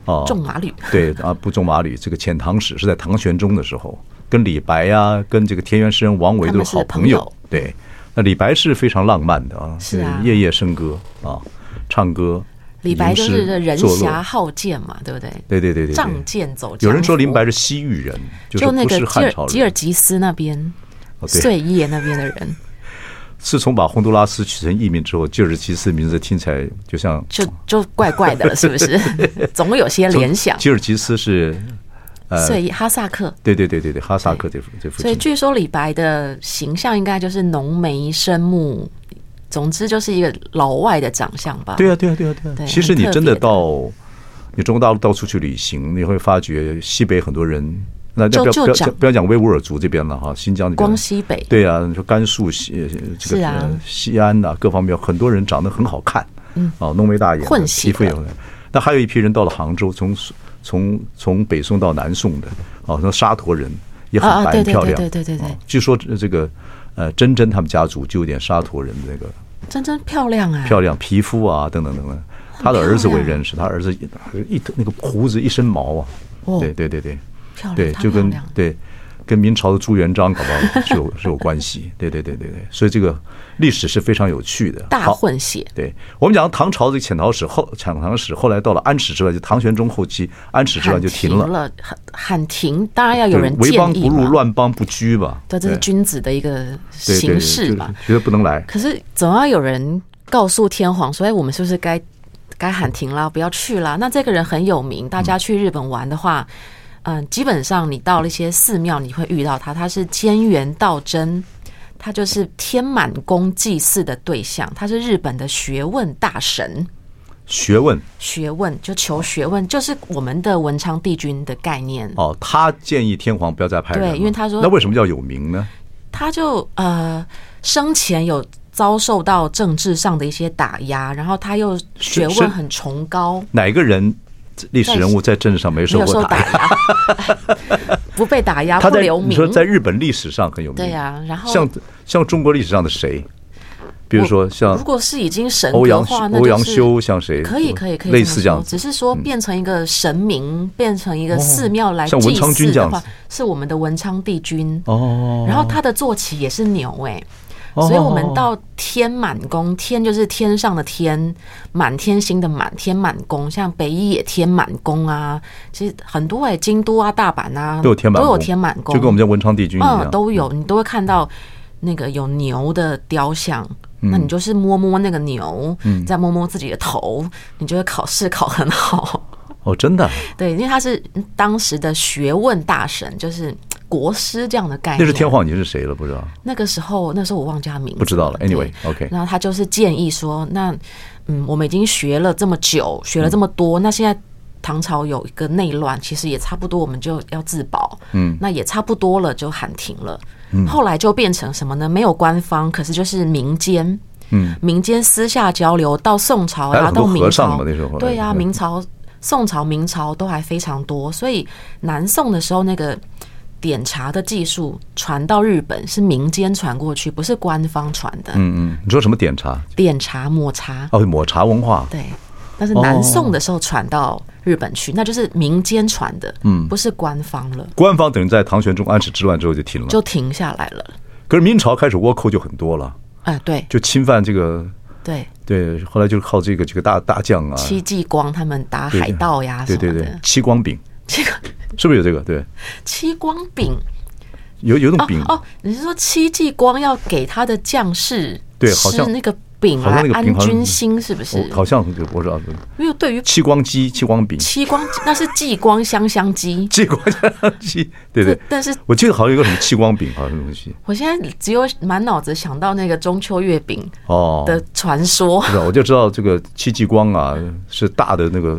S1: 啊、
S2: 种马吕，
S1: 对啊，不中马吕这个遣唐使是在唐玄宗的时候，跟李白呀、跟这个田园诗人王维都好
S2: 他
S1: 朋
S2: 们是朋
S1: 友
S2: 友。
S1: 对，那李白是非常浪漫的啊，
S2: 是啊
S1: 夜夜笙歌啊，唱歌。
S2: 李白就
S1: 吟诗
S2: 是人
S1: 作乐
S2: 侠好剑嘛，对不对？
S1: 对对对对对
S2: 仗剑走江湖。
S1: 有人说林白是西域人，就
S2: 就是那
S1: 不
S2: 个
S1: 是
S2: 吉
S1: 汉
S2: 尔
S1: 朝
S2: 吉尔
S1: 人，
S2: 吉斯那边
S1: 哦对
S2: 碎叶那边的人，
S1: 自从把洪都拉斯取成译名之后，吉尔吉斯名字听起来就像
S2: 就就怪怪的了，是不是？ 总有些联想。
S1: 吉尔吉斯是，呃，
S2: 碎叶哈萨克，
S1: 对对对对对，哈萨克这附这附
S2: 所以
S1: 近。
S2: 据说李白的形象应该就是浓眉深目，总之就是一个老外的长相吧。
S1: 对啊，对啊，对啊，对啊。
S2: 对
S1: 其实
S2: 很
S1: 你
S2: 特
S1: 真的
S2: 别的
S1: 到你中国大陆到处去旅行，你会发觉西北很多人，那
S2: 就
S1: 那不要
S2: 就
S1: 不要
S2: 长
S1: 讲不要讲维吾尔族这边了哈，新疆那边。
S2: 光西北
S1: 对啊，你说甘肃西呃这
S2: 是
S1: 个
S2: 啊
S1: 呃西安呐、各方面很多人长得很好看，嗯，哦，浓眉大眼的，
S2: 混血
S1: 皮肤也
S2: 的
S1: 很。那还有一批人到了杭州，从从从北宋到南宋的，哦，那沙陀人也很
S2: 啊啊
S1: 白
S2: 对
S1: 很
S2: 对
S1: 漂
S2: 对
S1: 亮，
S2: 对对对对
S1: 哦据说这个呃真真他们家族就有点沙陀人的那个
S2: 真真漂亮啊！
S1: 漂亮，皮肤啊等等等等。他的儿子我也认识，他儿子一一那个胡子一身毛啊，
S2: 哦
S1: 对对对对，
S2: 漂亮
S1: 对
S2: 她
S1: 就跟
S2: 漂亮
S1: 对跟明朝的朱元璋搞不好是有是有关系，对对对对对，所以这个历史是非常有趣的。
S2: 大
S1: 好
S2: 混血，
S1: 对我们讲唐朝这个遣唐使后遣唐使，后来到了安史之乱，就唐玄宗后期，安史之
S2: 喊
S1: 乱就停
S2: 停
S1: 了。
S2: 了，喊喊停，当然要哎有
S1: 对
S2: 人
S1: 为
S2: 建
S1: 邦
S2: 议
S1: 不入，
S2: 嘛。
S1: 乱邦不居吧。
S2: 对，这是
S1: 对
S2: 君子的一个
S1: 对对
S2: 形式嘛。，
S1: 就是觉得不能来。
S2: 可是总要有人告诉天皇，所以我们是不是该该喊停啦，不要去啦？那这个人很有名，大家去日本玩的话，嗯、基本上你到了一些寺庙，你会遇到他，他是兼元道真。他就是天满宫祭祀的对象，他是日本的学问大神。
S1: 学问
S2: 学问就求学问，就是我们的文昌帝君的概念。
S1: 哦，他建议天皇不要再派人
S2: 对
S1: 了
S2: 因为他说
S1: 那为什么要有名呢？
S2: 他就呃生前有遭受到政治上的一些打压，然后他又学
S1: 是
S2: 问很崇高，
S1: 哪个人历史人物在政治上没受
S2: 没有
S1: 过
S2: 受
S1: 打
S2: 打
S1: 压？
S2: 压， 不被打压，
S1: 他
S2: 不
S1: 在
S2: 留
S1: 你
S2: 名
S1: 说。在日本历史上很有名，
S2: 对呀然后
S1: 像啊像中国历史上的谁？比如说像
S2: 如果是已经神
S1: 欧
S2: 格
S1: 阳
S2: 化，
S1: 修
S2: 那
S1: 欧
S2: 就
S1: 阳
S2: 是
S1: 修像谁
S2: 可以可以可以，
S1: 类似这
S2: 这么
S1: 样子
S2: 说
S1: 嗯哦
S2: 只是说变成一个神明，变成一个寺庙来
S1: 像文
S2: 祭
S1: 昌君
S2: 祀
S1: 这样
S2: 的
S1: 子
S2: 话，是我们的文昌帝君
S1: 哦
S2: 然后他的坐骑也是牛哎、所以我们
S1: 哦
S2: 到天满宫，天就是天上的天，满天星的满，天满宫，像北一也天满宫啊，其实很多哎、京都啊、大阪啊
S1: 都有天满
S2: 都
S1: 宫，
S2: 有天满宫，
S1: 就跟我们家文昌帝君一
S2: 嗯
S1: 样，
S2: 都有，你都会看到那个有牛的雕像。
S1: 嗯
S2: 那你就是摸摸那个牛，再摸摸自己的头，你就会考试考很好。
S1: 哦，真的，
S2: 对，因为他是当时的学问大神，就是国师这样的概念。
S1: 那是天皇已经是谁了？不知道，
S2: 那个时候，那时候我忘记他名字，
S1: 不知道了
S2: 对
S1: anyway，OK
S2: 然后他就是建议说，那嗯，我们已经学了这么久，学了这么多，那现在唐朝有一个内乱，其实也差不多，我们就要自保，嗯，那也差不多了，就喊停了。
S1: 嗯
S2: 后来就变成什么呢？没有官方，可是就是民间。
S1: 嗯，
S2: 民间私下交流到宋朝
S1: 还有
S2: 呀、
S1: 很多
S2: 哦到明
S1: 和尚
S2: 朝
S1: 嘛那时候哎
S2: 对呀、啊
S1: 对
S2: 明朝、宋朝、明朝都还非常多，所以南宋的时候那个点茶的技术传到日本是民间传过去，不是官方传的。
S1: 嗯嗯，你说什么点茶？
S2: 点茶抹茶，
S1: 哦，抹茶文化，
S2: 对，但是
S1: 哦
S2: 南宋的时候传到日本去，那就是民间传的，嗯，不是官方了，
S1: 官方等于在唐玄宗安史之乱之后就停了，
S2: 就停下来了。
S1: 可是明朝开始倭寇就很多了，
S2: 哎、对
S1: 就侵犯这个
S2: 对，
S1: 对，后来就是靠这个这个大大将啊，
S2: 戚继光他们打海盗呀什
S1: 对
S2: 么的，
S1: 对对，戚光饼，
S2: 这个
S1: 是不是有这个？对，
S2: 戚光饼
S1: 有有一种
S2: 哦
S1: 饼，
S2: 哦，你是说戚继光要给他的将士
S1: 对好
S2: 吃
S1: 像
S2: 那个饼
S1: 好像
S2: 来
S1: 那个饼
S2: 安
S1: 好像
S2: 军心是不是？
S1: 我好像我知道，
S2: 因为对于
S1: 戚光鸡、戚光饼、
S2: 戚光那是继光香香鸡，
S1: 戚光鸡， 对对
S2: 这。但是
S1: 我记得好像有个什么戚光饼，好像什么东西
S2: 我现在只有满脑子想到那个中秋月饼
S1: 哦，
S2: 的传说，
S1: 是吧？我就知道这个戚继光啊，是大的那个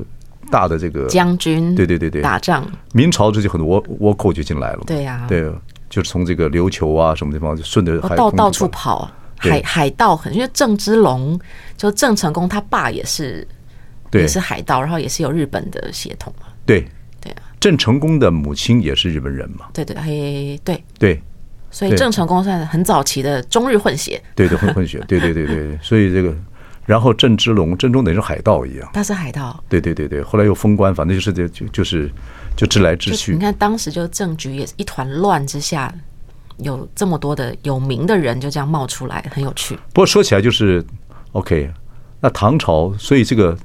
S1: 大的这个
S2: 将军
S1: 对对对对
S2: 打仗
S1: 明朝这就很多倭倭寇就进来了嘛，
S2: 对啊呀
S1: 对，就是从这个琉球啊什么地方就顺着海
S2: 哦到
S1: 空
S2: 到
S1: 就
S2: 处
S1: 跑
S2: 跑，啊
S1: 对
S2: 海海盗很，因为郑芝龙就郑成功他爸也是
S1: 对
S2: 也是海盗，然后也是有日本的血统嘛，
S1: 对，
S2: 对啊，
S1: 郑成功的母亲也是日本人嘛，
S2: 对对嘿对，
S1: 对
S2: 所以
S1: 对
S2: 郑成功算很早期的中日混血，
S1: 对对，混混血，对对对对，对所以这个，然后郑芝龙，郑中等于是海盗一样，
S2: 他是海盗。
S1: 对对对对，后来又封官，反正就是这就就是就治来治
S2: 就嗯
S1: 去
S2: 你，看当时就政局也是一团乱之下，有这么多的有名的人就这样冒出来，很有趣。
S1: 不过说起来就是 OK，那唐朝，所以这个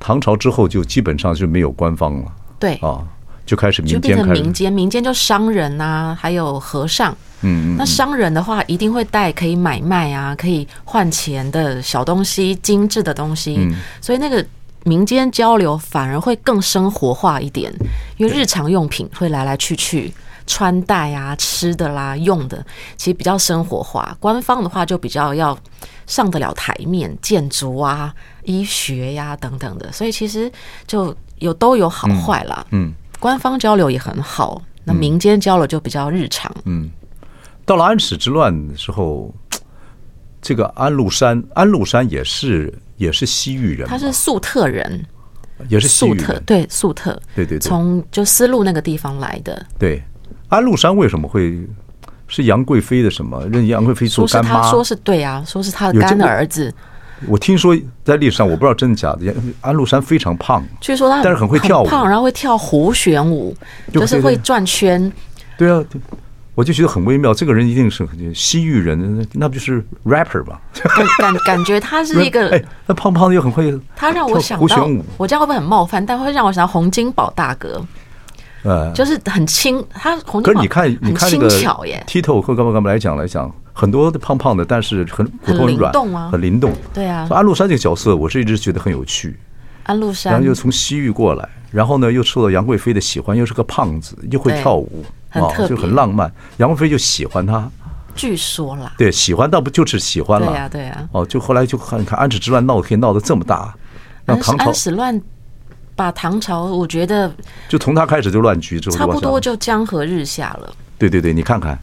S1: 唐朝之后就基本上就没有官方了
S2: 对，
S1: 啊，就开始
S2: 就
S1: 民间
S2: 变成
S1: 开
S2: 民
S1: 始，
S2: 间，民间就商人啊，还有和尚。
S1: 嗯
S2: 那商人的话，一定会带可以买卖啊，可以换钱的小东西、精致的东西，
S1: 嗯
S2: 所以那个民间交流反而会更生活化一点，因为日常用品会来来去去，穿戴啊、吃的啦、用的，其实比较生活化。官方的话就比较要上得了台面，建筑啊、医学呀、等等的，所以其实就有都有好坏啦。
S1: 嗯，
S2: 官方交流也很好，那民间交流就比较日常。
S1: 嗯到了安史之乱的时候，这个安禄山，安禄山也是也是西域人嘛，
S2: 他是粟特人，
S1: 也是西
S2: 粟
S1: 域
S2: 特
S1: 人，
S2: 对粟特，
S1: 对对对
S2: 从就丝路那个地方来的，
S1: 对。安禄山为什么会是杨贵妃的什么？认杨贵妃做
S2: 说是
S1: 干
S2: 他
S1: 妈？
S2: 说是对啊，说是他的
S1: 有这
S2: 干
S1: 个
S2: 儿子，
S1: 我听说在历史上，我不知道真的假的。安禄山非常胖，
S2: 据说他
S1: 但是很会跳舞
S2: 胖，然后会跳胡旋舞，
S1: 就
S2: 就是会转圈，
S1: 对啊，对我就觉得很微妙。这个人一定是很西域人，那那不就是 rapper 吗？
S2: 感感感觉他是一个
S1: 哎，，那胖胖的又很会，
S2: 他让我
S1: 跳
S2: 想
S1: 胡
S2: 到
S1: 旋舞，
S2: 我这样会不会很冒犯？但会让我想到洪金宝大哥，
S1: 呃，
S2: 就是很轻，他洪
S1: 可
S2: 金
S1: 是
S2: 宝
S1: 你看，你
S2: 很
S1: 看那
S2: 轻
S1: 个
S2: 巧耶，
S1: Tito 和干嘛干嘛来讲来讲，很多的胖胖的，但是很骨头
S2: 很灵
S1: 软，
S2: 动啊
S1: 很灵动。
S2: 对啊
S1: 所以安禄山这个角色，我是一直觉得很有趣。
S2: 安禄
S1: 然
S2: 山
S1: 后又从西域过来，然后呢又受到杨贵妃的喜欢，又是个胖子，又会
S2: 对
S1: 跳舞，啊
S2: 很特别
S1: 就很浪漫。杨贵妃就喜欢他，
S2: 据说啦，
S1: 对，喜欢倒不就是喜欢
S2: 对
S1: 了，
S2: 啊对啊
S1: 哦，就后来就看看安史之乱闹可以闹得这么大，
S2: 哎
S1: 让
S2: 安史
S1: 唐朝
S2: 安史乱把唐朝，我觉得
S1: 就从他开始就乱局之后，
S2: 差
S1: 就
S2: 不
S1: 往
S2: 多
S1: 下
S2: 就江河日下了。
S1: 对对对，你看看，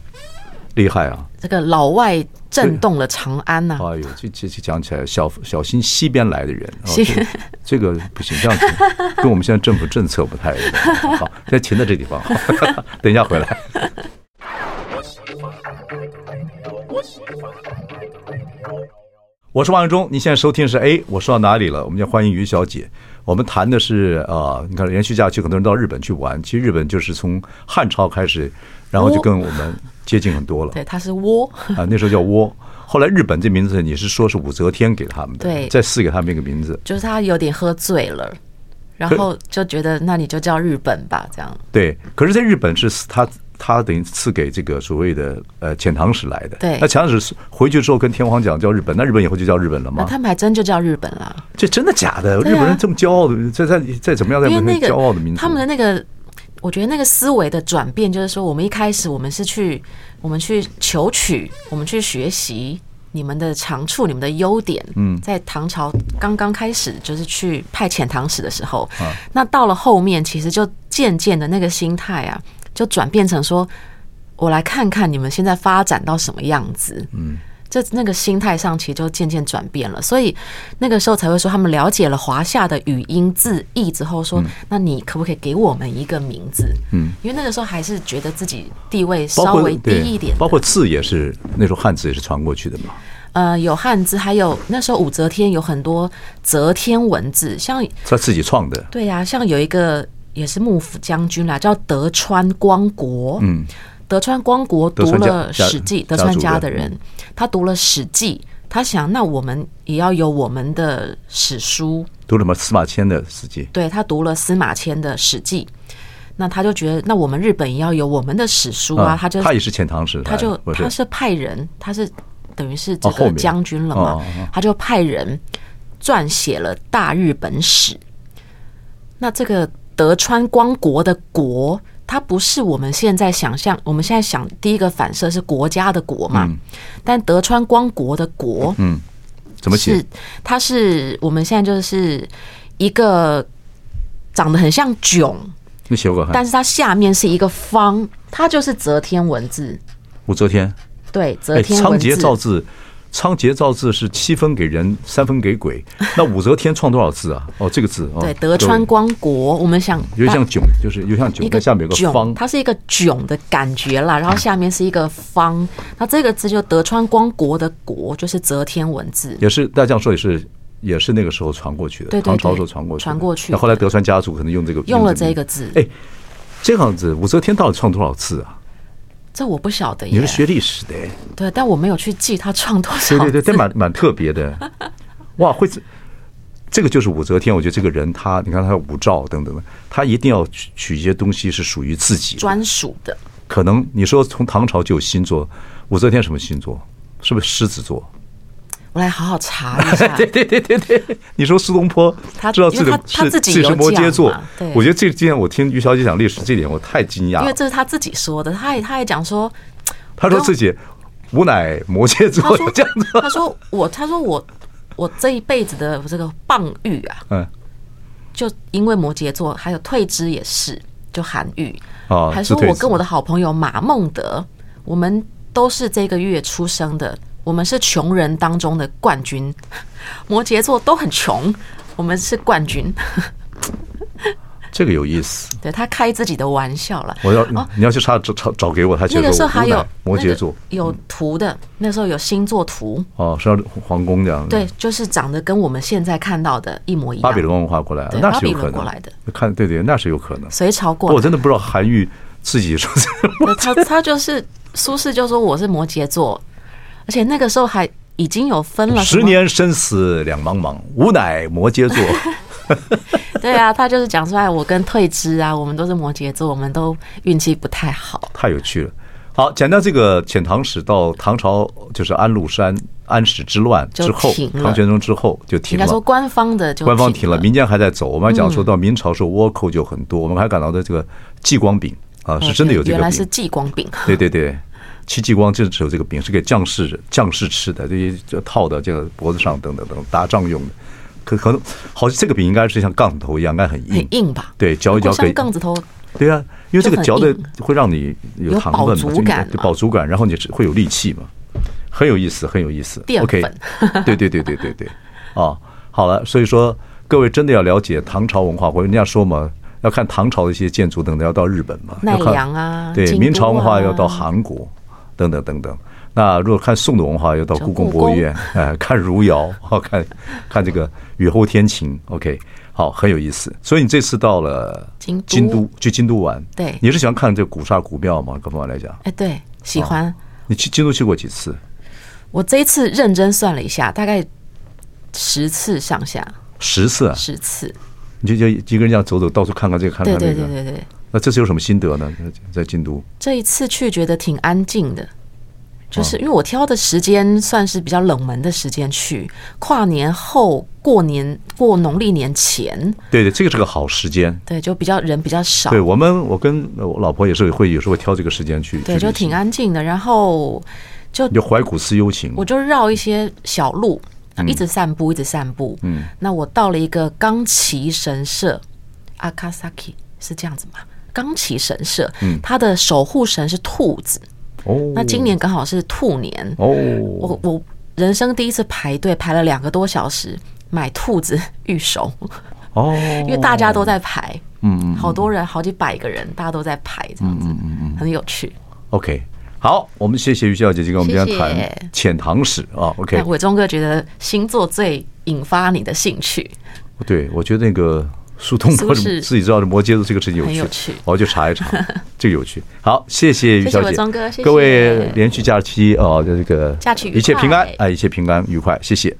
S1: 厉害啊！
S2: 这个老外震动了长安呐、
S1: 哎呦，这这这讲起来，小小心西边来的人，哦
S2: 西
S1: 这个这个不行，这样子跟我们现在政府政策不太一样。好，现在停在这地方，好等一下回来。我是王永忠，您现在收听的是哎，我说到哪里了？我们要欢迎于小姐。我们谈的是啊、呃你看连续假期，很多人到日本去玩，其实日本就是从汉朝开始，然后就跟我们接近很多了。
S2: 对，它是倭，
S1: 啊，那时候叫倭。后来日本这名字你是说是武则天给他们的，
S2: 对
S1: 再赐给他们一个名字，
S2: 就是他有点喝醉了，然后就觉得那你就叫日本吧，这样。
S1: 对。可是，在日本是他他等于赐给这个所谓的呃遣唐使来的，
S2: 对
S1: 那遣唐使是回去之后跟天皇讲叫日本，那日本以后就叫日本了
S2: 那
S1: 吗？
S2: 啊他们还真就叫日本啦，
S1: 这真的假的？
S2: 对啊
S1: 日本人这么骄傲的，再再再怎么样，再
S2: 因为
S1: 怎么
S2: 那
S1: 样
S2: 个
S1: 骄傲的民族，
S2: 他们的那个，我觉得那个思维的转变，就是说我们一开始我们是去我们去求取，我们去学习你们的长处、你们的优点。嗯，在唐朝刚刚开始，就是去派遣唐使的时候，那到了后面，其实就渐渐的那个心态啊，就转变成说，我来看看你们现在发展到什么样子。嗯。这那个心态上其实就渐渐转变了，所以那个时候才会说他们了解了华夏的语音字义之后
S1: 嗯
S2: 说，那你可不可以给我们一个名字？嗯，因为那个时候还是觉得自己地位
S1: 包
S2: 稍
S1: 括
S2: 微低
S1: 对
S2: 一点的，
S1: 包括字也是那时候汉字也是传过去的嘛，
S2: 呃有汉字，还有那时候武则天有很多则天文字，像
S1: 他自己创的，
S2: 对呀、像有一个也是幕府将军啦，叫德川光国。嗯，德川光国
S1: 德
S2: 读
S1: 川家
S2: 了《
S1: 家
S2: 史记》，德
S1: 家
S2: 川
S1: 族
S2: 家
S1: 的
S2: 的人，他读了《史记》，他想，那我们也要有我们的史书。
S1: 读什么司马迁的《史记》，
S2: 对他读了司马迁的《史记》，那他就觉得，那我们日本也要有我们的史书啊，他就
S1: 他也是遣唐使，
S2: 他就
S1: 不
S2: 他
S1: 是
S2: 是派人，他是等于是这
S1: 哦后
S2: 个
S1: 面
S2: 将军了
S1: 哦哦
S2: 嘛
S1: 哦，
S2: 他就派人撰写了《大日本史》。那这个德川光国的国，它不是我们现在想象，我们现在想第一个反射是国家的国嘛，
S1: 嗯
S2: 但德川光国的国，
S1: 怎么写
S2: 是？它是我们现在就是一个长得很像囧，
S1: 你写过看
S2: 但是它下面是一个方，它就是则天文字。
S1: 武则天，
S2: 对，则
S1: 哎，
S2: 天
S1: 仓
S2: 文字。
S1: 颉造字，仓颉造字是七分给人，三分给鬼。那武则天创多少字啊？哦，这个字哦，
S2: 对，德川光国，我们想
S1: 有点像
S2: 它
S1: 囧，就是有点像囧，
S2: 一
S1: 但
S2: 个
S1: 下面有个
S2: 囧
S1: 方，
S2: 它是一个囧的感觉啦，然后下面是一个方，那这个字就德川光国的国，就是则天文字。
S1: 也是大家这样说也是。也是那个时候传过去的，
S2: 对对
S1: 唐朝
S2: 对
S1: 时候传过去的，
S2: 传过去
S1: 那后来
S2: 的
S1: 德川家族可能用这个
S2: 用了
S1: 个
S2: 这
S1: 名
S2: 个字，
S1: 哎，这样子，武则天到底创多少次啊？
S2: 这我不晓得耶。
S1: 你是学历史的， 哎
S2: 对，但我没有去记他创多少
S1: 对对对，
S2: 字
S1: 这蛮蛮特别的。哇，会这这个就是武则天，我觉得这个人他，你看他武曌等等的，他一定要取取一些东西是属于自己的。
S2: 专属的，
S1: 可能你说从唐朝就有星座，武则天什么星座？是不是狮子座？
S2: 我来好好查一下。
S1: 对对对对，你说苏东坡，
S2: 他
S1: 知道自己
S2: 因为
S1: 的
S2: 他他
S1: 是
S2: 自己
S1: 是
S2: 有
S1: 摩羯
S2: 讲
S1: 座
S2: 嘛对。
S1: 我觉得这今天我听于小姐讲历史这点，我太惊讶
S2: 因为
S1: 了。
S2: 这是他自己说的，他也他也讲说，
S1: 他说自己吾乃摩羯
S2: 他
S1: 座，
S2: 说
S1: 这样子。
S2: 他说我他说我我这一辈子的这个棒玉啊，
S1: 嗯，
S2: 就因为摩羯座，还有退之也是，就韩愈，
S1: 哦
S2: 还说
S1: 是退
S2: 我
S1: 之
S2: 跟我的好朋友马孟德，我们都是这个月出生的，我们是穷人当中的冠军， 摩羯座都很穷，我们是冠军。
S1: 这个有意思。
S2: 对他开自己的玩笑了。
S1: 我要、
S2: 哦
S1: 你要去查找找找给我，他写
S2: 那
S1: 说
S2: 个时候
S1: 我
S2: 还
S1: 无
S2: 有
S1: 奈摩羯座，
S2: 那个有图的，那时候有星座图，
S1: 哦，是要皇宫这样的，
S2: 对，就是长得跟我们现在看到的一模一
S1: 嗯巴比
S2: 样。
S1: 伦文化过来
S2: 对，
S1: 那是有可
S2: 巴比
S1: 能
S2: 伦过来的，
S1: 看对对，那是有可能。
S2: 隋朝过
S1: 不
S2: 来，
S1: 我真的不知道韩愈自己说
S2: 对他他就是苏轼就说我是摩羯座，而且那个时候还已经有分了什
S1: 十，
S2: 么
S1: 年生死两茫茫，吾乃摩羯座。
S2: 对啊，他就是讲出来我跟退之啊，我们都是摩羯座，我们都运气不太好。
S1: 太有趣了。好，讲到这个遣唐使到唐朝，就是安禄山安史之乱之后
S2: 就停，了
S1: 唐玄宗之后就
S2: 应
S1: 停
S2: 该
S1: 了。
S2: 说官方的就
S1: 官方停
S2: 停嗯
S1: 了，民间还在走。我们还讲说到明朝时候倭寇就很多，我们还感到的这个祭光饼啊，是真的有这个
S2: 哦原
S1: 饼。
S2: 来是祭光饼，
S1: 对对对，戚继光就是有这个饼，是给将士将士吃的，这些就套到这个脖子上等等等打仗用的。可可能好，这个饼应该是像杠头一样，应该很
S2: 很
S1: 硬。
S2: 硬吧？
S1: 对嚼一嚼
S2: 不
S1: 可以
S2: 像杠子头
S1: 对啊，因为这个嚼的
S2: 就很
S1: 会让你有
S2: 有
S1: 糖分
S2: 饱
S1: 嘛，
S2: 足
S1: 就
S2: 感嘛啊
S1: 就饱足感，然后你是会有力气嘛，很有意思，很有意思。
S2: 淀
S1: OK，对 对对对对对，啊，好了，所以说各位真的要了解唐朝文化，或者人家说嘛，要看唐朝的一些建筑等等，要到日本嘛，
S2: 奈
S1: 要看
S2: 良啊
S1: 对，
S2: 京都
S1: 明朝文化
S2: 啊
S1: 要到韩国，等等等等。那如果看宋的文化，要到
S2: 就
S1: 故宫
S2: 故
S1: 博物
S2: 宫
S1: 院， 哎，看汝窑，好看看这个雨后天晴，OK，好，很有意思。所以你这次到了
S2: 京都
S1: 都去京都玩，
S2: 对
S1: 你是喜欢看这古刹古庙吗？各方面来讲，
S2: 哎，对，
S1: 啊
S2: 喜欢。
S1: 你去京都去过几次？
S2: 我这一次认真算了一下，大概十次上下，
S1: 十次啊，
S2: 十次。
S1: 你就就一个人这样走走，到处看看这个，看看
S2: 对
S1: 那
S2: 对对
S1: 个。
S2: 对对，
S1: 那这次有什么心得呢？在京都，
S2: 这一次去觉得挺安静的，就是
S1: 嗯
S2: 因为我挑的时间算是比较冷门的时间去，跨年后、过年过农历年前，
S1: 对对，这个是个好时间。
S2: 对，就比较人比较少
S1: 对，我们，我跟呃我老婆也是会有时候会挑这个时间去，
S2: 对，
S1: 去
S2: 就
S1: 旅行
S2: 挺，安静的。然后就
S1: 你就怀古思幽情。
S2: 我就绕一些小路，
S1: 嗯
S2: 一直散步，一直散步。嗯，那我到了一个冈崎神社，Akasaki 是这样子吗？冈崎神社，
S1: 嗯
S2: 它的守护神是兔子。
S1: 哦，
S2: 那今年刚好是兔年，
S1: 哦，
S2: 我我人生第一次排队排了两个多小时买兔子 预售，
S1: 哦，
S2: 因为大家都在排，嗯，好多人，好几百个人，大家都在排，这样子，很有趣。
S1: OK。好，我们谢谢于小姐姐跟我们今
S2: 谢
S1: 天
S2: 谢
S1: 谈遣唐使啊。OK，
S2: 那伟忠哥觉得星座最引发你的兴趣，
S1: 对我觉得那个苏东坡
S2: 苏轼
S1: 自己知道的摩羯座这个事情有
S2: 很
S1: 趣，
S2: 有趣
S1: 我去查一 查，这个有趣。好，谢谢于
S2: 谢谢
S1: 小姐，
S2: 文忠哥谢谢
S1: 各位连续假期哦，这个
S2: 假期愉
S1: 哎
S2: 快
S1: 一切平安啊，一切平安愉快，谢谢。